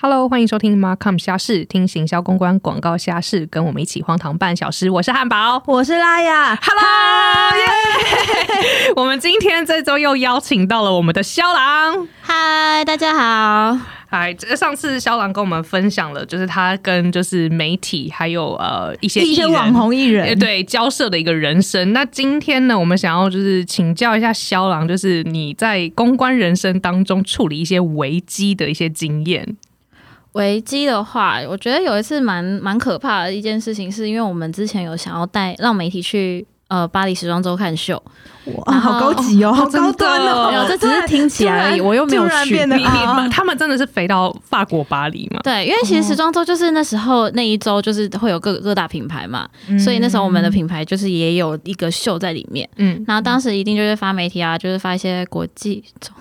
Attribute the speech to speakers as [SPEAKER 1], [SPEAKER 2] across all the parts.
[SPEAKER 1] Hello，欢迎收听 Markham 虾事，听行销公关广告虾事，跟我们一起荒唐半小时。我是汉堡
[SPEAKER 2] 我是拉雅，
[SPEAKER 1] ，Hello，耶！ 我们今天这周又邀请到了我们的肖郎。
[SPEAKER 2] 嗨，大家好。
[SPEAKER 1] 哎，这上次肖郎跟我们分享了，就是他跟就是媒体还有呃一些
[SPEAKER 2] 一些
[SPEAKER 1] 艺人
[SPEAKER 2] 网红艺
[SPEAKER 1] 呃
[SPEAKER 3] 哎
[SPEAKER 2] 人，
[SPEAKER 1] 对交涉的一个人生。那今天呢，我们想要就是请教一下肖郎，就是你在公关人生当中处理一些危机的一些经验。
[SPEAKER 3] 危机的话，我觉得有一次蛮蛮可怕的一件事情，是因为我们之前有想要带让媒体去呃巴黎时装周看秀，
[SPEAKER 2] 哇，好高级哦，好高端哦，
[SPEAKER 3] 没有，这只是听起来而已，
[SPEAKER 2] 突然
[SPEAKER 3] 我又没有
[SPEAKER 2] 突然
[SPEAKER 3] 去
[SPEAKER 2] 变。得
[SPEAKER 1] 你你
[SPEAKER 2] 啊
[SPEAKER 1] 他们真的是飞到法国巴黎吗？
[SPEAKER 3] 对，因为其实时装周就是那时候那一周就是会有各各大品牌嘛，所以那时候我们的品牌就是也有一个秀在里面。
[SPEAKER 1] 嗯，
[SPEAKER 3] 然后当时一定就是发媒体啊，就是发一些国际 中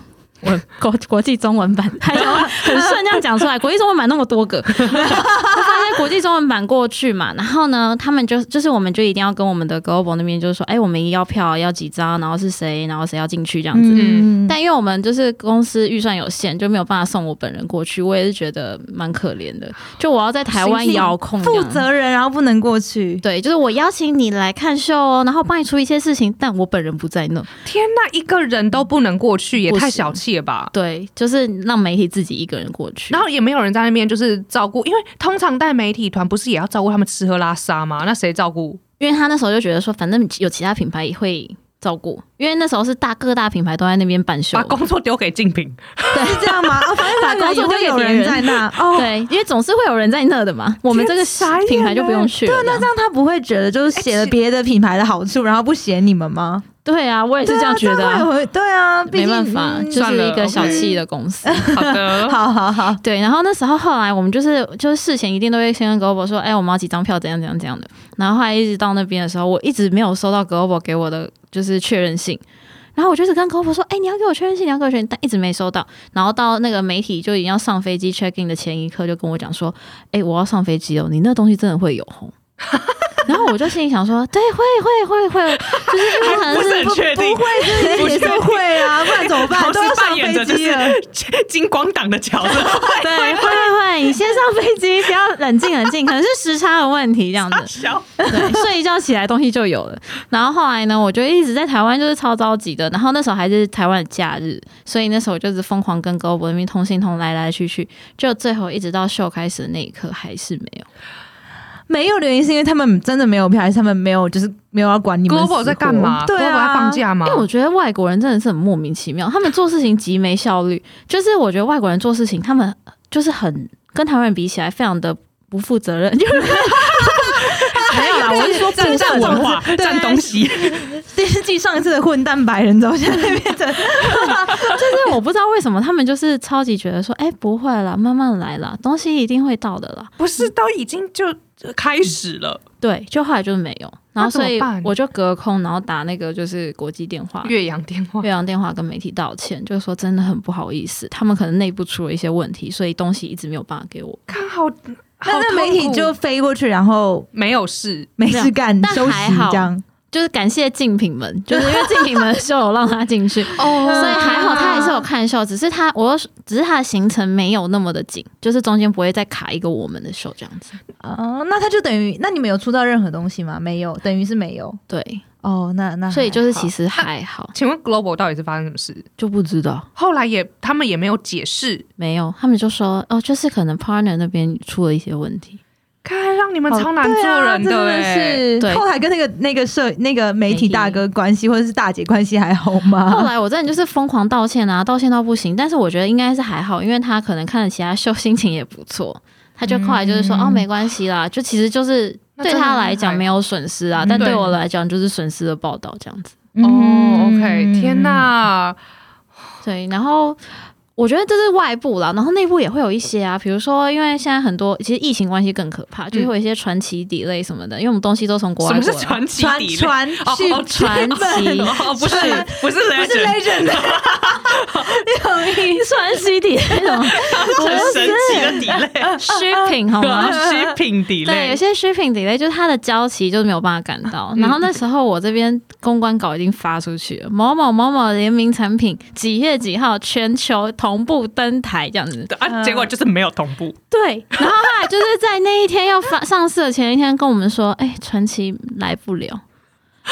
[SPEAKER 3] 文国国际中文版，还有很顺这样讲出来，国际中文版那么多 个，就发一些国际中文版过去嘛。然后呢，他们就就是我们就一定要跟我们的 global 那边就是说，哎、我们要票要几张，然后是谁，然后谁要进去这样子。
[SPEAKER 2] 嗯，
[SPEAKER 3] 但因为我们就是公司预算有限，就没有办法送我本人过去，我也是觉得蛮可怜的。就我要在台湾
[SPEAKER 2] 行
[SPEAKER 3] 遥控这
[SPEAKER 2] 负
[SPEAKER 3] 样
[SPEAKER 2] 责人然后不能过去，
[SPEAKER 3] 对，就是我邀请你来看秀哦，然后帮你出一些事情，但我本人不在那。
[SPEAKER 1] 天呐，一个人都不能过去，也
[SPEAKER 3] 不行
[SPEAKER 1] 太小气了吧！
[SPEAKER 3] 对，就是让媒体自己一个人过去。
[SPEAKER 1] 然后也没有人在那边就是照顾，因为通常带媒体团不是也要照顾他们吃喝拉撒吗？那谁照顾？
[SPEAKER 3] 因为他那时候就觉得说，反正有其他品牌也会照顾，因为那时候是大各大品牌都在那边办秀
[SPEAKER 1] 把，工作丢给竞 品，
[SPEAKER 2] 是这样吗？哦，反正
[SPEAKER 3] 把工作丢
[SPEAKER 2] 也会
[SPEAKER 3] 给
[SPEAKER 2] 有
[SPEAKER 3] 别
[SPEAKER 2] 人
[SPEAKER 3] 人
[SPEAKER 2] 在那哦。
[SPEAKER 3] 对，因为总是会有人在那的嘛。我们这个
[SPEAKER 2] 傻眼
[SPEAKER 3] 品牌就不用
[SPEAKER 2] 欸
[SPEAKER 3] 去
[SPEAKER 2] 对
[SPEAKER 3] 了
[SPEAKER 2] 啊，
[SPEAKER 3] 这
[SPEAKER 2] 那
[SPEAKER 3] 样
[SPEAKER 2] 这样他不会觉得就是写了别的品牌的好处，然后不写你们吗？
[SPEAKER 3] 对啊，我也是这样觉得啊、
[SPEAKER 2] 会对啊，毕
[SPEAKER 3] 没办
[SPEAKER 2] 竟
[SPEAKER 3] 法，
[SPEAKER 2] 嗯
[SPEAKER 3] 就
[SPEAKER 1] 算
[SPEAKER 3] 是
[SPEAKER 1] 了
[SPEAKER 3] 一个小
[SPEAKER 1] OK
[SPEAKER 3] 气的公司。
[SPEAKER 1] 好的，
[SPEAKER 2] 好好好，
[SPEAKER 3] 对，然后那时候后来我们就是就是事前一定都会先跟 Global 说，哎，我们要几张票，怎样怎样怎样的。然后后来一直到那边的时候，我一直没有收到 Global 给我的就是确认信。然后我就是跟 Global 说，哎，你要给我确认信，你要给我确认信，但一直没收到。然后到那个媒体就已经要上飞机 check in 的前一刻，就跟我讲说，哎，我要上飞机哦，你那东西真的会有哦。 然后我就心里想说，对，会会会会，就是因为可能
[SPEAKER 1] 不是很
[SPEAKER 3] 是
[SPEAKER 1] 确定
[SPEAKER 2] 不，会就是也是会 啊，不然怎么办？
[SPEAKER 1] 同时
[SPEAKER 2] 都要
[SPEAKER 1] 扮
[SPEAKER 2] 上
[SPEAKER 1] 演着
[SPEAKER 2] 飞
[SPEAKER 1] 就
[SPEAKER 2] 机
[SPEAKER 1] 是
[SPEAKER 2] 了。
[SPEAKER 1] 金光党的角 色，
[SPEAKER 3] 对，会会，你先上飞机，不要冷静冷静，可能是时差的问题 这样子。
[SPEAKER 1] 小
[SPEAKER 3] 对，睡一觉起来东西就有了。然后后来呢，我就一直在台湾就是超着急的。然后那时候还是台湾的假日，所以那时候我就是疯狂跟 Global 那边通信通来来去去，就最后一直到秀开始的那一刻还是没有。
[SPEAKER 2] 没有的原因是因为他们真的没有票，还是他们没有就是没有要管你们死活
[SPEAKER 1] Global 在干嘛？
[SPEAKER 2] 对
[SPEAKER 1] Global
[SPEAKER 2] 啊，
[SPEAKER 1] 在放。假吗？
[SPEAKER 3] 因为我觉得外国人真的是很莫名其妙，他们做事情极没效率。 就是我觉得外国人做事情，他们就是很跟台湾人比起来，非常的不负责任。 就是没有啦，我是说
[SPEAKER 1] 站
[SPEAKER 3] 不
[SPEAKER 1] 站文化，
[SPEAKER 2] 对
[SPEAKER 1] 站东 西，
[SPEAKER 2] 电视剧上一次的混蛋白人走向那边的，
[SPEAKER 3] 就是我不知道为什么他们就是超级觉得说，哎、不会啦，慢慢来啦，东西一定会到的啦。
[SPEAKER 1] 不是都已经就开始了？
[SPEAKER 3] 对，就后来就是没有，
[SPEAKER 1] 那
[SPEAKER 3] 然后
[SPEAKER 1] 怎么
[SPEAKER 3] 所以
[SPEAKER 1] 办
[SPEAKER 3] 我就隔空，然后打那个就是国际电话。
[SPEAKER 1] 岳阳电话
[SPEAKER 3] 岳阳电话跟媒体道歉，就是说真的很不好意思，他们可能内部出了一些问题，所以东西一直没有办法给我。
[SPEAKER 1] 看好，那
[SPEAKER 2] 那那媒体就飞过去，然后
[SPEAKER 1] 没有事。
[SPEAKER 2] 没事干
[SPEAKER 3] 但
[SPEAKER 2] 休息
[SPEAKER 3] 还好
[SPEAKER 2] 这样。
[SPEAKER 3] 就是感谢竞品们，就是因为竞品们就有让他进去，
[SPEAKER 1] 哦
[SPEAKER 3] 所以还好他还是有看秀，只是他我又只是他的行程没有那么的紧，就是中间不会再卡一个我们的秀这样子。
[SPEAKER 2] 哦，那他就等于，那你们有出到任何东西吗？没有，等于是没有。
[SPEAKER 3] 对，
[SPEAKER 2] 哦，那那还好
[SPEAKER 3] 所以就是其实还好，
[SPEAKER 1] 请问 Global 到底是发生什么事？
[SPEAKER 3] 就不知道。
[SPEAKER 1] 后来也他们也没有解释，
[SPEAKER 3] 没有，他们就说哦，就是可能 partner 那边出了一些问题。
[SPEAKER 1] 看让你们
[SPEAKER 2] 好
[SPEAKER 1] 超难做人
[SPEAKER 2] 对啊
[SPEAKER 1] 哎、欸。
[SPEAKER 2] 真的
[SPEAKER 3] 对
[SPEAKER 2] 是后来跟那个那个社那个媒体
[SPEAKER 3] 媒体
[SPEAKER 2] 大哥关系或者是大姐关系还好
[SPEAKER 1] 啊
[SPEAKER 3] 后
[SPEAKER 2] 吗？
[SPEAKER 3] 来我真的就是疯狂道歉啊，道歉到不行。但是我觉得应该是还好，因为他可能看了其他秀，心情也不错。他就后来就是说、
[SPEAKER 1] 嗯
[SPEAKER 3] 哦，没关系啦，就其实就是
[SPEAKER 1] 那
[SPEAKER 3] 对
[SPEAKER 1] 真的
[SPEAKER 3] 他
[SPEAKER 1] 很
[SPEAKER 3] 来讲
[SPEAKER 1] 还
[SPEAKER 3] 没有损失啊，
[SPEAKER 2] 嗯
[SPEAKER 3] 但对
[SPEAKER 1] 对
[SPEAKER 3] 我来讲就是损失了报道这样子。
[SPEAKER 1] 哦，OK，天哪，
[SPEAKER 3] 对，然后。我觉得这是外部啦，然后内部也会有一些啊，比如说，因为现在很多其实疫情关系更可怕，就是会有一些传奇底类什么的，因为我们东西都从国
[SPEAKER 1] 什
[SPEAKER 3] 外
[SPEAKER 1] 么
[SPEAKER 3] 过
[SPEAKER 1] 是
[SPEAKER 3] 来嘛
[SPEAKER 1] 传奇
[SPEAKER 2] 传
[SPEAKER 1] 底类？
[SPEAKER 2] 传
[SPEAKER 1] 哦
[SPEAKER 2] 去
[SPEAKER 1] 哦
[SPEAKER 3] 传奇
[SPEAKER 1] 哦，不是
[SPEAKER 3] 是
[SPEAKER 1] 不是
[SPEAKER 2] 不是
[SPEAKER 1] legend，
[SPEAKER 2] legend，你很
[SPEAKER 1] 意
[SPEAKER 3] 突然虚底那种
[SPEAKER 1] 很神奇的底类，
[SPEAKER 3] shipping 好吗？
[SPEAKER 1] 虚品底
[SPEAKER 3] 对，有
[SPEAKER 1] 类，
[SPEAKER 3] 些 shipping delay 嗯就是它的交期就是没有办法赶到。然后那时候我这边公关稿已经发出去了，某某某某联名产品几月几号全球同步登台这样子。
[SPEAKER 1] 啊，结果就是没有同步，
[SPEAKER 3] 对，然后后来就是在那一天要发上市的前一天跟我们说，哎、传奇来不了。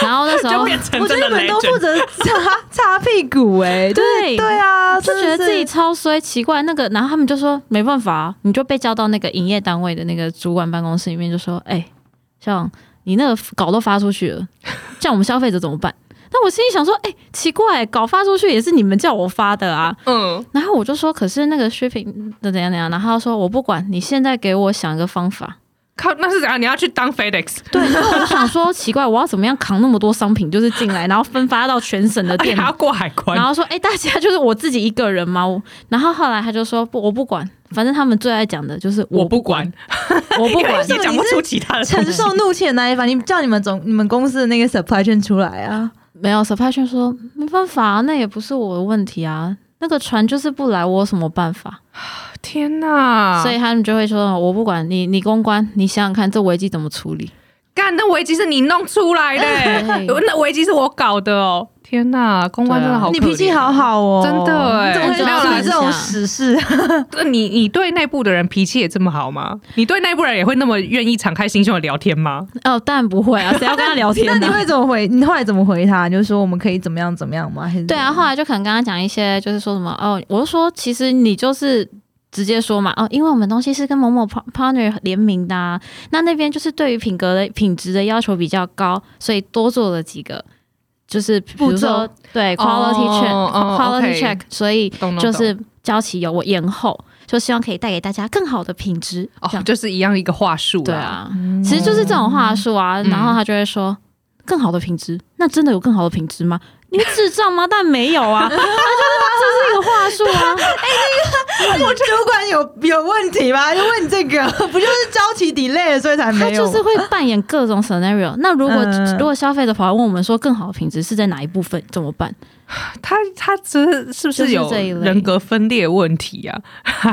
[SPEAKER 3] 然后那时
[SPEAKER 1] 就
[SPEAKER 3] 候
[SPEAKER 1] 变成
[SPEAKER 2] 我觉
[SPEAKER 1] 真
[SPEAKER 2] 得
[SPEAKER 1] 的
[SPEAKER 2] 你们
[SPEAKER 1] 雷
[SPEAKER 2] 都负责擦 擦屁股哎、欸，就是
[SPEAKER 3] 对
[SPEAKER 2] 对啊，
[SPEAKER 3] 就觉得
[SPEAKER 2] 真的
[SPEAKER 3] 自己
[SPEAKER 2] 是
[SPEAKER 3] 超衰，奇怪那个，然后他们就说没办法、你就被叫到那个营业单位的那个主管办公室里面，就说：“哎、像你那个稿都发出去 了，这样我们消费者怎么办？”那我心里想说：“哎、奇怪，稿发出去也是你们叫我发的啊。
[SPEAKER 1] 嗯”，
[SPEAKER 3] 然后我就说：“可是那个 shipping 的怎样怎样。”然后他说：“我不管，你现在给我想一个方法。”
[SPEAKER 1] 靠，那是怎啊样？你要去当 FedEx，
[SPEAKER 3] 对，然后我就想 说，奇怪，我要怎么样扛那么多商品，就是进来，然后分发到全省的
[SPEAKER 1] 而且
[SPEAKER 3] 店
[SPEAKER 1] 还要过海关
[SPEAKER 3] 然，后说，哎、大家就是我自己一个人吗？我然后后来他就说，不，我不管，反正他们最爱讲的就是
[SPEAKER 1] 我
[SPEAKER 3] 我
[SPEAKER 1] 不管，
[SPEAKER 3] 我不 管。
[SPEAKER 1] 也讲不出其他的东
[SPEAKER 2] 承
[SPEAKER 1] 西。
[SPEAKER 2] 受怒气的那一方，你叫你们总你们公司的那个 supply chain 出来啊，
[SPEAKER 3] 没有 s u p p r e s i o n 说没办法、啊，那也不是我的问题啊，那个船就是不来，我有什么办法？
[SPEAKER 1] 天
[SPEAKER 2] 啊
[SPEAKER 1] 哪！
[SPEAKER 3] 所以他们就会说，我不管你，你公关，你想想看这危机怎么处理。
[SPEAKER 1] 干，那危机是你弄出来的、欸，
[SPEAKER 3] 对
[SPEAKER 1] 那危机是我搞的哦！啊天哪，公关真的好、
[SPEAKER 2] 你脾气好，好哦，
[SPEAKER 1] 真的欸
[SPEAKER 2] 你怎么会
[SPEAKER 3] 没有啦
[SPEAKER 2] 处理这种实事？
[SPEAKER 1] 呃你你对内部的人脾气也这么好吗？你对内部人也会那么愿意敞开心胸的聊天吗？
[SPEAKER 3] 哦，当然不会啊，谁要跟他聊天
[SPEAKER 2] 那
[SPEAKER 3] 呢、
[SPEAKER 2] 你会怎么回？你后来怎么回他？你就说我们可以怎么样怎么样吗？还是
[SPEAKER 3] 对
[SPEAKER 1] 嗯
[SPEAKER 3] 啊，后来就可能跟他讲一些，就是说什么哦，我就说其实你就是直接说嘛，哦，因为我们东西是跟某某 par- partner 联名的、啊，那那边就是对于品格的品质的要求比较高，所以多做了几个，就是比
[SPEAKER 2] 步
[SPEAKER 3] 如
[SPEAKER 2] 骤
[SPEAKER 3] 说对 quality
[SPEAKER 2] Oh，
[SPEAKER 3] check、
[SPEAKER 1] 哦
[SPEAKER 3] quality check，、所以
[SPEAKER 1] 懂懂
[SPEAKER 3] 就是交期有我延后，就希望可以带给大家更好的品质。
[SPEAKER 1] 懂
[SPEAKER 3] 这
[SPEAKER 1] 哦，
[SPEAKER 3] 样
[SPEAKER 1] 就是一样一个话术、
[SPEAKER 3] 对，啊，其实就是这种话术啊，
[SPEAKER 1] 嗯
[SPEAKER 3] 然后他就会说。更好的品质，那真的有更好的品质吗？你是智障吗？ 但没有啊，他就是这是一个话术啊。
[SPEAKER 2] 我主管有有问题吗？ 就问你这个，不就是交期 delay 了所以才
[SPEAKER 3] 他
[SPEAKER 2] 没有？
[SPEAKER 3] 就是会扮演各种 scenario。那如果、
[SPEAKER 2] 嗯
[SPEAKER 3] 如果消费者跑来问我们说更好的品质是在哪一部分，怎么办？
[SPEAKER 1] 他他这是不
[SPEAKER 3] 就是是
[SPEAKER 1] 有
[SPEAKER 3] 这一类
[SPEAKER 1] 人格分裂问题啊？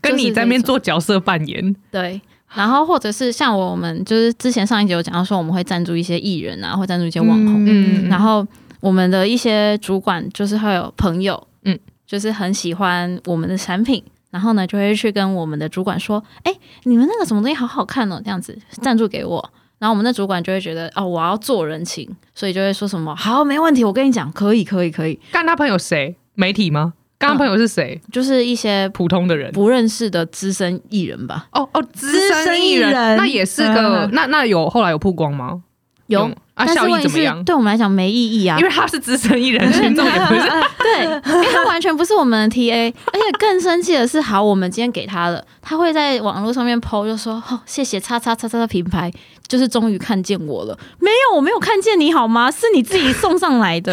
[SPEAKER 1] 跟你在那边做角色扮演，
[SPEAKER 3] 对。然后或者是像我们就是之前上一集有讲到说我们会赞助一些艺人啊，会赞助一些网红，
[SPEAKER 1] 嗯
[SPEAKER 3] 然后我们的一些主管就是会有朋友，
[SPEAKER 1] 嗯
[SPEAKER 3] 嗯，就是很喜欢我们的产品。然后呢，就会去跟我们的主管说：“哎，你们那个什么东西好好看哦，这样子赞助给
[SPEAKER 1] 嗯
[SPEAKER 3] 我。”然后我们的主管就会觉得：“哦，我要做人情。”所以就会说什么：“好，没问题，我跟你讲，可以，可以，可以。”
[SPEAKER 1] 干他朋友谁？媒体吗？干他朋友是谁？
[SPEAKER 3] 就是一些
[SPEAKER 1] 普通的人。
[SPEAKER 3] 不认识的资深艺人吧。
[SPEAKER 1] 哦哦，资
[SPEAKER 2] 资
[SPEAKER 1] 深
[SPEAKER 2] 深
[SPEAKER 1] 艺
[SPEAKER 2] 艺
[SPEAKER 1] 人，
[SPEAKER 2] 人
[SPEAKER 1] 那也是个，
[SPEAKER 2] 嗯
[SPEAKER 1] 那那有后来有曝光吗？
[SPEAKER 3] 有，
[SPEAKER 1] 啊，
[SPEAKER 3] 但
[SPEAKER 1] 效
[SPEAKER 3] 是
[SPEAKER 1] 益
[SPEAKER 3] 问
[SPEAKER 1] 怎
[SPEAKER 3] 题
[SPEAKER 1] 么样
[SPEAKER 3] 是，？对我们来讲没意义啊
[SPEAKER 1] 因，为他是资深艺 人，群众也不是。
[SPEAKER 3] 对，因为他完全不是我们的 TA，而 且更生气的是，好，我们今天给他了，他会在网络上面 PO 就说，哦，谢谢叉叉叉叉的品牌，就是终于看见我了，没有，我没有看见你好吗？是你自己送上来 的，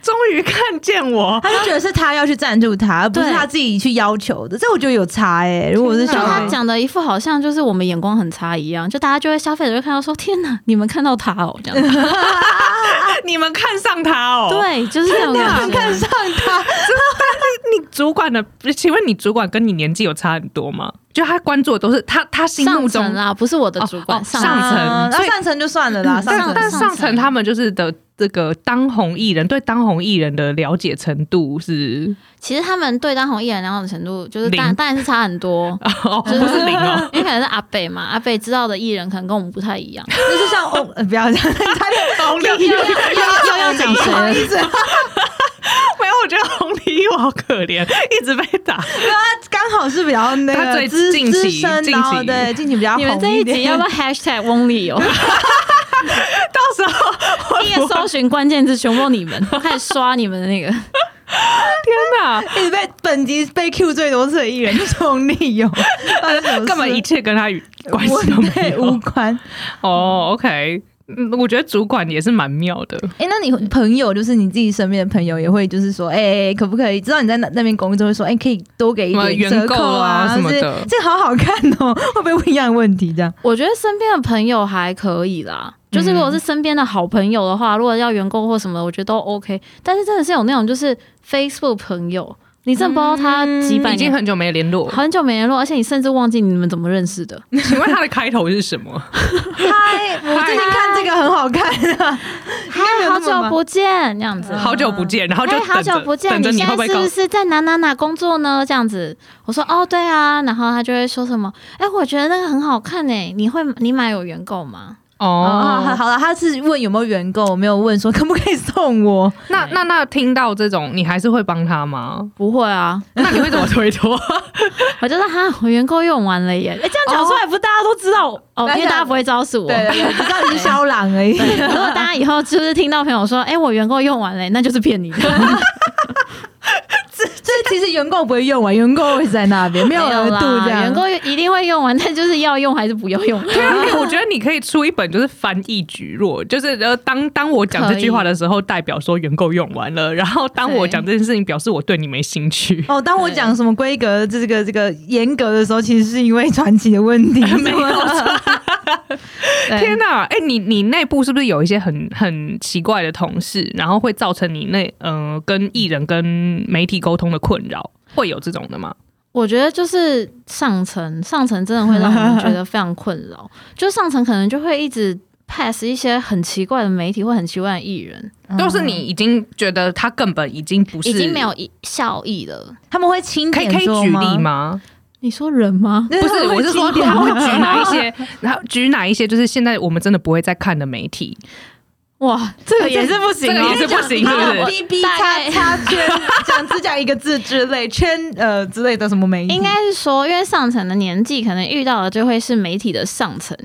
[SPEAKER 1] 终于看见我，
[SPEAKER 2] 他就觉得是他要去赞助他，而不是
[SPEAKER 3] 对
[SPEAKER 2] 他自己去要求的。这我觉得有差哎、如果我是
[SPEAKER 3] 就
[SPEAKER 2] 小
[SPEAKER 1] 天哪
[SPEAKER 2] 孩
[SPEAKER 3] 他讲的一副好像就是我们眼光很差一样，就大家就会消费者就会看到说，天哪，你们看到他哦，这 样，
[SPEAKER 1] 你们看上他哦。，
[SPEAKER 3] 对，啊就是这种感觉，
[SPEAKER 2] 看上他，
[SPEAKER 1] 你主管的，请问你主管跟你年纪有差很多吗？就他关注的都是他他心目
[SPEAKER 3] 上层啊
[SPEAKER 1] 中，
[SPEAKER 3] 啦，不是我的主
[SPEAKER 1] 哦
[SPEAKER 3] 管，
[SPEAKER 1] 哦
[SPEAKER 3] 上
[SPEAKER 1] 上
[SPEAKER 3] 层。
[SPEAKER 1] 层
[SPEAKER 2] 啊
[SPEAKER 1] 所以
[SPEAKER 2] 那上层就算了啦，上
[SPEAKER 1] 但
[SPEAKER 2] 层
[SPEAKER 1] 但上层他们就是的这个当红艺人，对当红艺人的了解程度是
[SPEAKER 3] 其实他们对当红艺人那种程度，就是当
[SPEAKER 1] 零，
[SPEAKER 3] 当然是差很多
[SPEAKER 1] 哦，不
[SPEAKER 3] 就是
[SPEAKER 1] 是零哦。
[SPEAKER 3] 因为可能是阿北嘛，阿北知道的艺人可能跟我们不太一样。
[SPEAKER 2] 就是像哦，呃不 要这样，差点
[SPEAKER 1] 红
[SPEAKER 2] 又
[SPEAKER 1] 梨，
[SPEAKER 2] 又
[SPEAKER 3] 又要讲谁
[SPEAKER 2] 不好意思，
[SPEAKER 1] 没有，我觉得红梨我好可怜，一直被打。
[SPEAKER 2] 刚好是比较那
[SPEAKER 1] 他最
[SPEAKER 2] 个资
[SPEAKER 1] 近期
[SPEAKER 2] 资深，
[SPEAKER 1] 近期
[SPEAKER 2] 然后对近期比 较
[SPEAKER 3] 你们
[SPEAKER 2] 红
[SPEAKER 3] 这一
[SPEAKER 2] 点
[SPEAKER 3] 集要不要 hashtag 翁立友？
[SPEAKER 1] 到时候我
[SPEAKER 3] 一个搜寻关键字全部你们，开始刷你们的那个。
[SPEAKER 1] 天
[SPEAKER 3] 啊
[SPEAKER 1] 哪，
[SPEAKER 2] 一直被本集被 Q 最多次的艺人就是红 利友，发生什么事
[SPEAKER 1] 根本一切跟他与关系都
[SPEAKER 2] 我
[SPEAKER 1] 没
[SPEAKER 2] 对无
[SPEAKER 1] 有。
[SPEAKER 2] 关。
[SPEAKER 1] 哦，OK，嗯我觉得主管也是蛮妙的。
[SPEAKER 2] 哎、那你朋友就是你自己身边的朋友也会就是说，哎、欸，可不可以知道你在那那边工作，会说，哎、可以多给一
[SPEAKER 1] 什么
[SPEAKER 2] 点
[SPEAKER 1] 原
[SPEAKER 2] 折
[SPEAKER 1] 购
[SPEAKER 2] 扣
[SPEAKER 1] 啊什么
[SPEAKER 2] 这
[SPEAKER 1] 的
[SPEAKER 2] 这好好看哦， 会不会问一样的问题这样？
[SPEAKER 3] 我觉得身边的朋友还可以啦，就是如果是身边的好朋友的话，如果要员工或什么的，我觉得都 OK。但是真的是有那种就是 Facebook 朋友，你真的不知道他几百
[SPEAKER 1] 已经
[SPEAKER 3] 年、
[SPEAKER 1] 很久没联络了。
[SPEAKER 3] 很久没联络，而且你甚至忘记你们怎么认识的。
[SPEAKER 1] 请问他的开头是什 么？
[SPEAKER 2] 嗨， 我最近看这个很好看啊，没
[SPEAKER 3] 嗨，
[SPEAKER 2] 有
[SPEAKER 3] 好
[SPEAKER 2] 那么忙
[SPEAKER 3] 久不见，这样子。
[SPEAKER 1] 好久不见，然后就
[SPEAKER 3] 呃哎，
[SPEAKER 1] 等着、
[SPEAKER 3] 好久不见，
[SPEAKER 1] 等着
[SPEAKER 3] 你
[SPEAKER 1] 你
[SPEAKER 3] 现
[SPEAKER 1] 会不
[SPEAKER 3] 在
[SPEAKER 1] 会
[SPEAKER 3] 是
[SPEAKER 1] 告
[SPEAKER 3] 不
[SPEAKER 1] 诉？
[SPEAKER 3] 是在哪哪哪工作呢？这样子，我说哦，对啊，然后他就会说什么，哎、我觉得那个很好看诶、你会你买有原购吗？
[SPEAKER 2] 哦，好
[SPEAKER 1] 哦，
[SPEAKER 2] 好了，他是问有没有原购，没有问说可不可以送我。
[SPEAKER 1] 那那那听到这种，你还是会帮他吗？
[SPEAKER 3] 不会啊，
[SPEAKER 1] 那你会怎么推 脱？
[SPEAKER 3] 我就是哈，我原购用完了耶。哎、这样讲出来不大家都知道哦
[SPEAKER 2] 大家
[SPEAKER 3] 因为大家不会知道是我。
[SPEAKER 2] 对对对，只知道你是肖朗而已。
[SPEAKER 3] 如果大家以后就是听到朋友说，哎、我原购用完了耶，那就是骗你的。
[SPEAKER 2] 所以其实原购不会用完，原购会在那边，没有额度
[SPEAKER 3] 啦
[SPEAKER 2] 这样。
[SPEAKER 3] 啊原购一定会用完，但就是要用还是不要用。
[SPEAKER 1] 对啊， 我觉得你可以出一本，就是翻译局弱，就是呃，当当我讲这句话的时候，代表说原购用完了，然后当我讲这件事情，表示我对你没兴趣。
[SPEAKER 2] 哦，当我讲什么规格这个这个严格的时候，其实是因为传奇的问题，没有
[SPEAKER 3] 对
[SPEAKER 1] 天哪！哎、你你内部是不是有一些很很奇怪的同事，然后会造成你那呃跟艺人跟媒体沟通的困扰？会有这种的吗？
[SPEAKER 3] 我觉得就是上层，上层真的会让人觉得非常困扰。就上层可能就会一直 pass 一些很奇怪的媒体或很奇怪的艺人，
[SPEAKER 1] 都是你已经觉得他根本已经不是
[SPEAKER 3] 嗯已经没有一效益了。
[SPEAKER 2] 他们会轻
[SPEAKER 1] 可以
[SPEAKER 2] 点
[SPEAKER 1] 可以
[SPEAKER 2] 说
[SPEAKER 1] 举例
[SPEAKER 2] 吗？
[SPEAKER 1] 吗？
[SPEAKER 3] 你说人吗？
[SPEAKER 2] 对
[SPEAKER 1] 不是，
[SPEAKER 2] 他们
[SPEAKER 1] 我
[SPEAKER 2] 会
[SPEAKER 1] 是
[SPEAKER 2] 轻
[SPEAKER 1] 说
[SPEAKER 2] 点
[SPEAKER 1] 他会
[SPEAKER 2] 吗
[SPEAKER 1] 举哪一些，然后举哪一些就是现在我们真的不会再看的媒体，
[SPEAKER 3] 哇，哦
[SPEAKER 2] 这
[SPEAKER 3] 个也
[SPEAKER 2] 是不行啊
[SPEAKER 1] 这个也是不行，是不
[SPEAKER 3] 我
[SPEAKER 1] 是？
[SPEAKER 2] B B
[SPEAKER 3] 大
[SPEAKER 2] 叉
[SPEAKER 3] 概
[SPEAKER 2] 叉圈， 讲只讲一个字之类，圈呃之类的什么媒体，
[SPEAKER 3] 应该是说，因为上层的年纪可能遇到的就会是媒体的上层，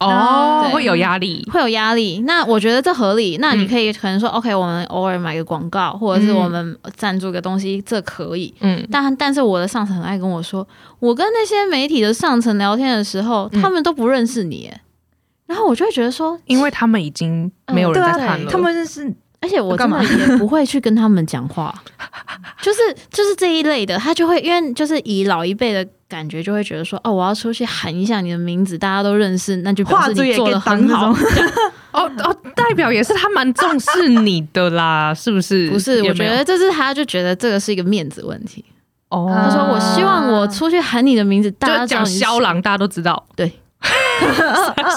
[SPEAKER 1] 哦，
[SPEAKER 3] 对
[SPEAKER 1] 会有压力。
[SPEAKER 3] 会有压力。那我觉得这合理。那你
[SPEAKER 1] 嗯
[SPEAKER 3] 可以可能说、o k 我们偶尔买个广告，或者是
[SPEAKER 1] 嗯
[SPEAKER 3] 我们赞助个东西，这可以。
[SPEAKER 1] 嗯，
[SPEAKER 3] 但但是我的上层很爱跟我说，我跟那些媒体的上层聊天的时候，
[SPEAKER 1] 嗯
[SPEAKER 3] 他们都不认识你耶，然后我就会觉得说，
[SPEAKER 1] 因为他们已经没有人在看
[SPEAKER 3] 嗯对
[SPEAKER 1] 了，
[SPEAKER 3] 啊
[SPEAKER 2] 他们是
[SPEAKER 3] 而且我
[SPEAKER 2] 干
[SPEAKER 3] 根
[SPEAKER 2] 嘛
[SPEAKER 3] 本也不会去跟他们讲话， 就是就是这一类的，他就会因为就是以老一辈的感觉，就会觉得说，哦，我要出去喊一下你的名字，大家都认识，那就表
[SPEAKER 2] 画
[SPEAKER 3] 示
[SPEAKER 2] 质
[SPEAKER 3] 你
[SPEAKER 2] 也
[SPEAKER 3] 做
[SPEAKER 2] 可以
[SPEAKER 3] 的
[SPEAKER 2] 当
[SPEAKER 3] 很
[SPEAKER 2] 这
[SPEAKER 3] 好
[SPEAKER 2] 种。，
[SPEAKER 1] 哦哦，代表也是他蛮重视你的啦，是不是？
[SPEAKER 3] 不是，
[SPEAKER 1] 也
[SPEAKER 3] 我
[SPEAKER 1] 没
[SPEAKER 3] 觉
[SPEAKER 1] 有
[SPEAKER 3] 得这是他就觉得这个是一个面子问题。
[SPEAKER 1] 哦，
[SPEAKER 3] 他
[SPEAKER 2] 他
[SPEAKER 3] 说：“我希望我出去喊你的名字，大家
[SPEAKER 1] 就
[SPEAKER 3] 都知道
[SPEAKER 1] 讲
[SPEAKER 3] 你是谁
[SPEAKER 1] 肖郎，大家都知道，
[SPEAKER 3] 对，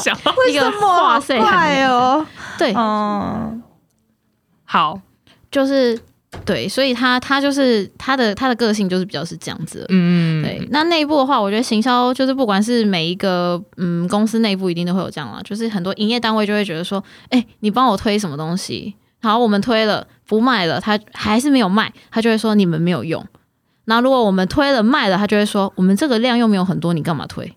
[SPEAKER 1] 肖
[SPEAKER 2] 为
[SPEAKER 3] 一个
[SPEAKER 2] 什么
[SPEAKER 3] 哇
[SPEAKER 2] 好
[SPEAKER 3] 塞
[SPEAKER 2] 怪哦？
[SPEAKER 3] 对，
[SPEAKER 2] 哦，
[SPEAKER 1] 好，
[SPEAKER 3] 就是对，所以他他就是他的他的个性就是比较是这样子的。
[SPEAKER 1] 嗯，
[SPEAKER 3] 对，那内部的话，我觉得行销就是不管是每一个嗯公司内部一定都会有这样啦，就是很多营业单位就会觉得说，哎、你帮我推什么东西，好，我们推了不卖了，他还是没有卖，他就会说你们没有用。那如果我们推了卖了，他就会说我们这个量又没有很多，你干嘛推？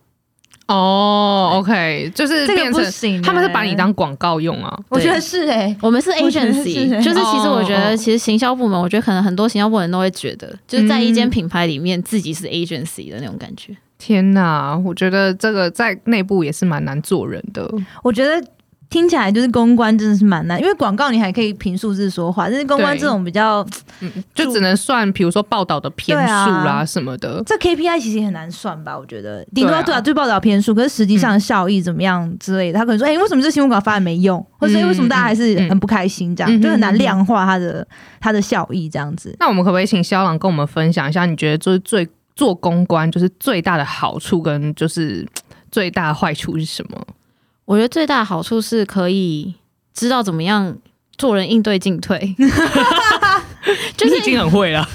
[SPEAKER 1] 哦，OK，就是
[SPEAKER 2] 这个
[SPEAKER 1] 变
[SPEAKER 2] 不
[SPEAKER 1] 成
[SPEAKER 3] 欸
[SPEAKER 2] 行，欸
[SPEAKER 1] 他们是把你。当广告用啊，
[SPEAKER 2] 我觉得是哎、
[SPEAKER 3] 我们是
[SPEAKER 2] 我觉得是
[SPEAKER 3] agency，
[SPEAKER 2] 欸
[SPEAKER 3] 就是其实
[SPEAKER 1] 哦
[SPEAKER 3] 我觉
[SPEAKER 1] 哦
[SPEAKER 3] 得，其实行销部门，我觉得可能很多行销部门都会觉得，就是在一间品牌里面自己是 agency 的那种感觉。
[SPEAKER 1] 天哪，我觉得这个在内部也是蛮难做人的。
[SPEAKER 3] 嗯
[SPEAKER 2] 我觉得听起来就是公关真的是蛮难，因为广告你还可以凭数字说话，但是公关
[SPEAKER 1] 对
[SPEAKER 2] 这种比较
[SPEAKER 1] 就只能算，比如说报道的篇数
[SPEAKER 2] 对
[SPEAKER 1] 啦、
[SPEAKER 2] 啊
[SPEAKER 1] 什么的。
[SPEAKER 2] 这 KPI 其实也很难算吧？我觉得
[SPEAKER 1] 对
[SPEAKER 2] 顶多
[SPEAKER 1] 啊
[SPEAKER 2] 对啊，就报道篇数，可是实际上效益怎么样之类的，他可能说，哎、为什么这新闻稿发的没用，或者
[SPEAKER 1] 嗯
[SPEAKER 2] 哎为什么大家还是
[SPEAKER 1] 嗯
[SPEAKER 2] 很不开心，这样、
[SPEAKER 1] 嗯
[SPEAKER 2] 就很难量化它的它的效益这样子。
[SPEAKER 1] 那我们可不可以请肖朗跟我们分享一下，你觉得就是最做公关就是最大的好处跟就是嘖最大的坏处是什么？
[SPEAKER 3] 我觉得最大的好处是可以知道怎么样做人应对进退， 就是
[SPEAKER 1] 你很会了，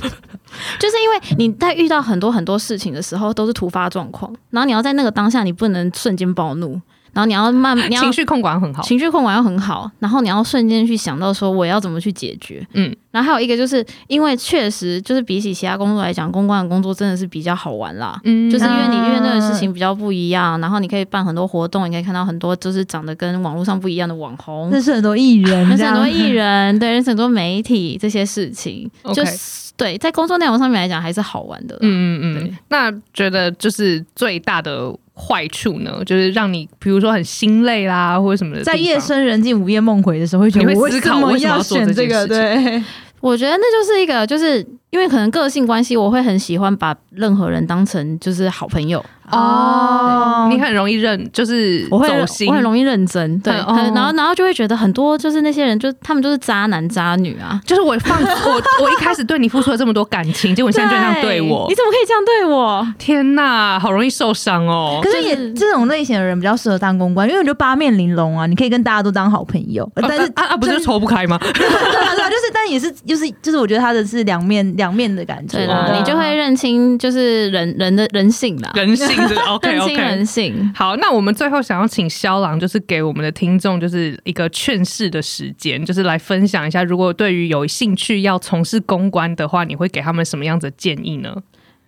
[SPEAKER 3] 就是因为你在遇到很多很多事情的时候都是突发状况，然后你要在那个当下，你不能瞬间暴怒，然后你要慢，你要
[SPEAKER 1] 情绪控管很好。
[SPEAKER 3] 情绪控管要很好，然后你要瞬间去想到说我要怎么去解决，
[SPEAKER 1] 嗯
[SPEAKER 3] 嗯，然后还有一个就是因为确实就是比起其他工作来讲，公关的工作真的是比较好玩啦。
[SPEAKER 1] 嗯
[SPEAKER 3] 就是因为你遇到的
[SPEAKER 2] 嗯
[SPEAKER 3] 事情比较不一样，然后你可以办很多活动，你可以看到很多就是长得跟网络上不一样的网
[SPEAKER 1] 嗯
[SPEAKER 3] 红，
[SPEAKER 2] 认识很多艺人，
[SPEAKER 3] 认识
[SPEAKER 2] 这样
[SPEAKER 3] 很多艺人， 对，认识很多媒体这些事情
[SPEAKER 1] OK
[SPEAKER 3] 就是对，在工作内容上面来讲还是好玩的啦。
[SPEAKER 1] 嗯嗯嗯
[SPEAKER 3] 对。
[SPEAKER 1] 那觉得就是最大的坏处呢，就是让你比如说很心累啦，或者什么的地
[SPEAKER 2] 在
[SPEAKER 1] 方。
[SPEAKER 2] 夜深人静、午夜梦回的时候，会觉
[SPEAKER 1] 你
[SPEAKER 2] 得
[SPEAKER 1] 会
[SPEAKER 2] 我
[SPEAKER 1] 思考为
[SPEAKER 2] 为
[SPEAKER 1] 什
[SPEAKER 2] 什
[SPEAKER 1] 么
[SPEAKER 2] 么
[SPEAKER 1] 要
[SPEAKER 2] 要
[SPEAKER 1] 做
[SPEAKER 2] 选
[SPEAKER 1] 这
[SPEAKER 2] 这
[SPEAKER 1] 件
[SPEAKER 2] 个？
[SPEAKER 1] 事情
[SPEAKER 2] 对，
[SPEAKER 3] 我觉得那就是一个，就是因为可能个性关系，我会很喜欢把任何人当成就是好朋友，
[SPEAKER 2] 哦
[SPEAKER 1] 你很容易认，就是
[SPEAKER 3] 我会
[SPEAKER 1] 走心，
[SPEAKER 3] 我很容易认真，对，
[SPEAKER 1] 嗯哦
[SPEAKER 3] 很然后然后就会觉得很多就是那些人就他们就是渣男渣女啊，
[SPEAKER 1] 就是我放我 我一开始对你付出了这么多感情，结果你现在就这样对我
[SPEAKER 3] 你，怎么可以这样对我？
[SPEAKER 1] 天哪，好容易受伤哦。
[SPEAKER 2] 可是
[SPEAKER 3] 就
[SPEAKER 2] 也
[SPEAKER 3] 是
[SPEAKER 2] 这种类型的人比较适合当公关，因为我觉得八面玲珑啊，你可以跟大家都当好朋友。但是
[SPEAKER 1] 啊啊啊，不是
[SPEAKER 2] 就是
[SPEAKER 1] 抽不开吗？
[SPEAKER 2] 对啊对啊，就是但也是就是就是我觉得他的是两面两面的感觉
[SPEAKER 3] 对
[SPEAKER 1] 对
[SPEAKER 3] 啦，
[SPEAKER 1] 啊
[SPEAKER 3] 你就会认清就是人人的人性啦，
[SPEAKER 1] 人性是哦 OK
[SPEAKER 3] 认清
[SPEAKER 1] OK
[SPEAKER 3] 人。性。
[SPEAKER 1] 好，那我们最后想要请肖郎，就是给我们的听众，就是一个劝世的时间，就是来分享一下，如果对于有兴趣要从事公关的话，你会给他们什么样子的建议呢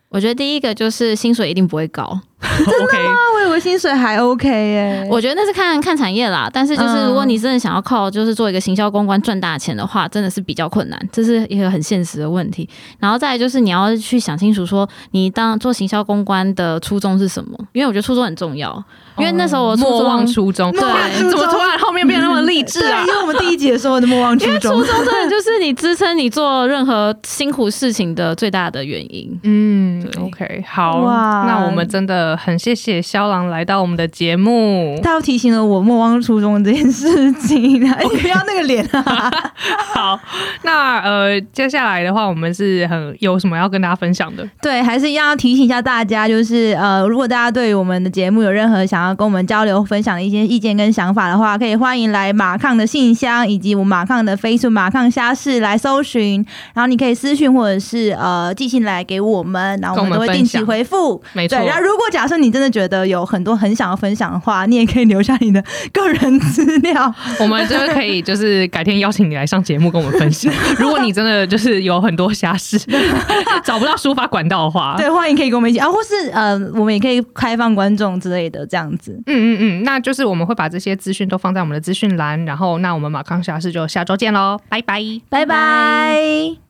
[SPEAKER 3] 我觉得第一个就是薪水一定不会高，
[SPEAKER 1] ？OK，
[SPEAKER 2] 啊，我以为薪水还 OK 哎、
[SPEAKER 3] 我觉得那是看看产业啦。但是就是
[SPEAKER 2] 嗯
[SPEAKER 3] 如果你真的想要靠就是做一个行销公关赚大钱的话，真的是比较困难，这是一个很现实的问题。然后再来就是你要去想清楚，说你当做行销公关的初衷是什么？因为我觉得初衷很重要。因为那时候我初
[SPEAKER 1] 莫忘
[SPEAKER 3] 衷
[SPEAKER 1] 初衷，
[SPEAKER 2] 莫
[SPEAKER 3] 忘
[SPEAKER 1] 对啊
[SPEAKER 2] 初衷
[SPEAKER 1] 怎么突然后面变得那么励志啊
[SPEAKER 2] 对，因？为我们第一节说的莫忘初衷，
[SPEAKER 3] 初衷真的就是你支撑你做任何辛苦事情的最大的原因。
[SPEAKER 1] 嗯
[SPEAKER 3] 对
[SPEAKER 1] ，OK，好，
[SPEAKER 2] 哇
[SPEAKER 1] 那我们真的很谢谢肖郎来到我们的节目。
[SPEAKER 2] 他又提醒了我莫忘初衷这件事情、啊，你不要那个脸啊！
[SPEAKER 1] 好， 那呃，接下来的话，我们是很有什么要跟大家分享的？
[SPEAKER 2] 对，还是一样要提醒一下大家，就是呃，如果大家对于我们的节目有任何想要跟我们交流、分享的一些意见跟想法的话，可以欢迎来马抗的信箱以及我们马抗的 Facebook 马抗虾事来搜寻，然后你可以私讯或者是呃寄信来给我们，然后我
[SPEAKER 1] 跟
[SPEAKER 2] 们
[SPEAKER 1] 我们
[SPEAKER 2] 都会
[SPEAKER 1] 分
[SPEAKER 2] 定期
[SPEAKER 1] 享
[SPEAKER 2] 回复。
[SPEAKER 1] 没错
[SPEAKER 2] 对，，然后如果假设你真的觉得有很多很想要分享的话，你也可以留下你的个人资 料。
[SPEAKER 1] 我们就是可以，就是改天邀请你来上节目跟我们分 享。如果你真的就是有很多瑕 疵，找不到抒发管道的话，
[SPEAKER 2] 对，欢迎可以跟我们一起啊，或是呃，我们也可以开放观众之类的这样子。
[SPEAKER 1] 嗯嗯嗯，那就是我们会把这些资讯都放在我们的资讯栏，然后那我们马康瑕疵就下周见喽，拜拜。
[SPEAKER 3] 拜
[SPEAKER 2] 拜拜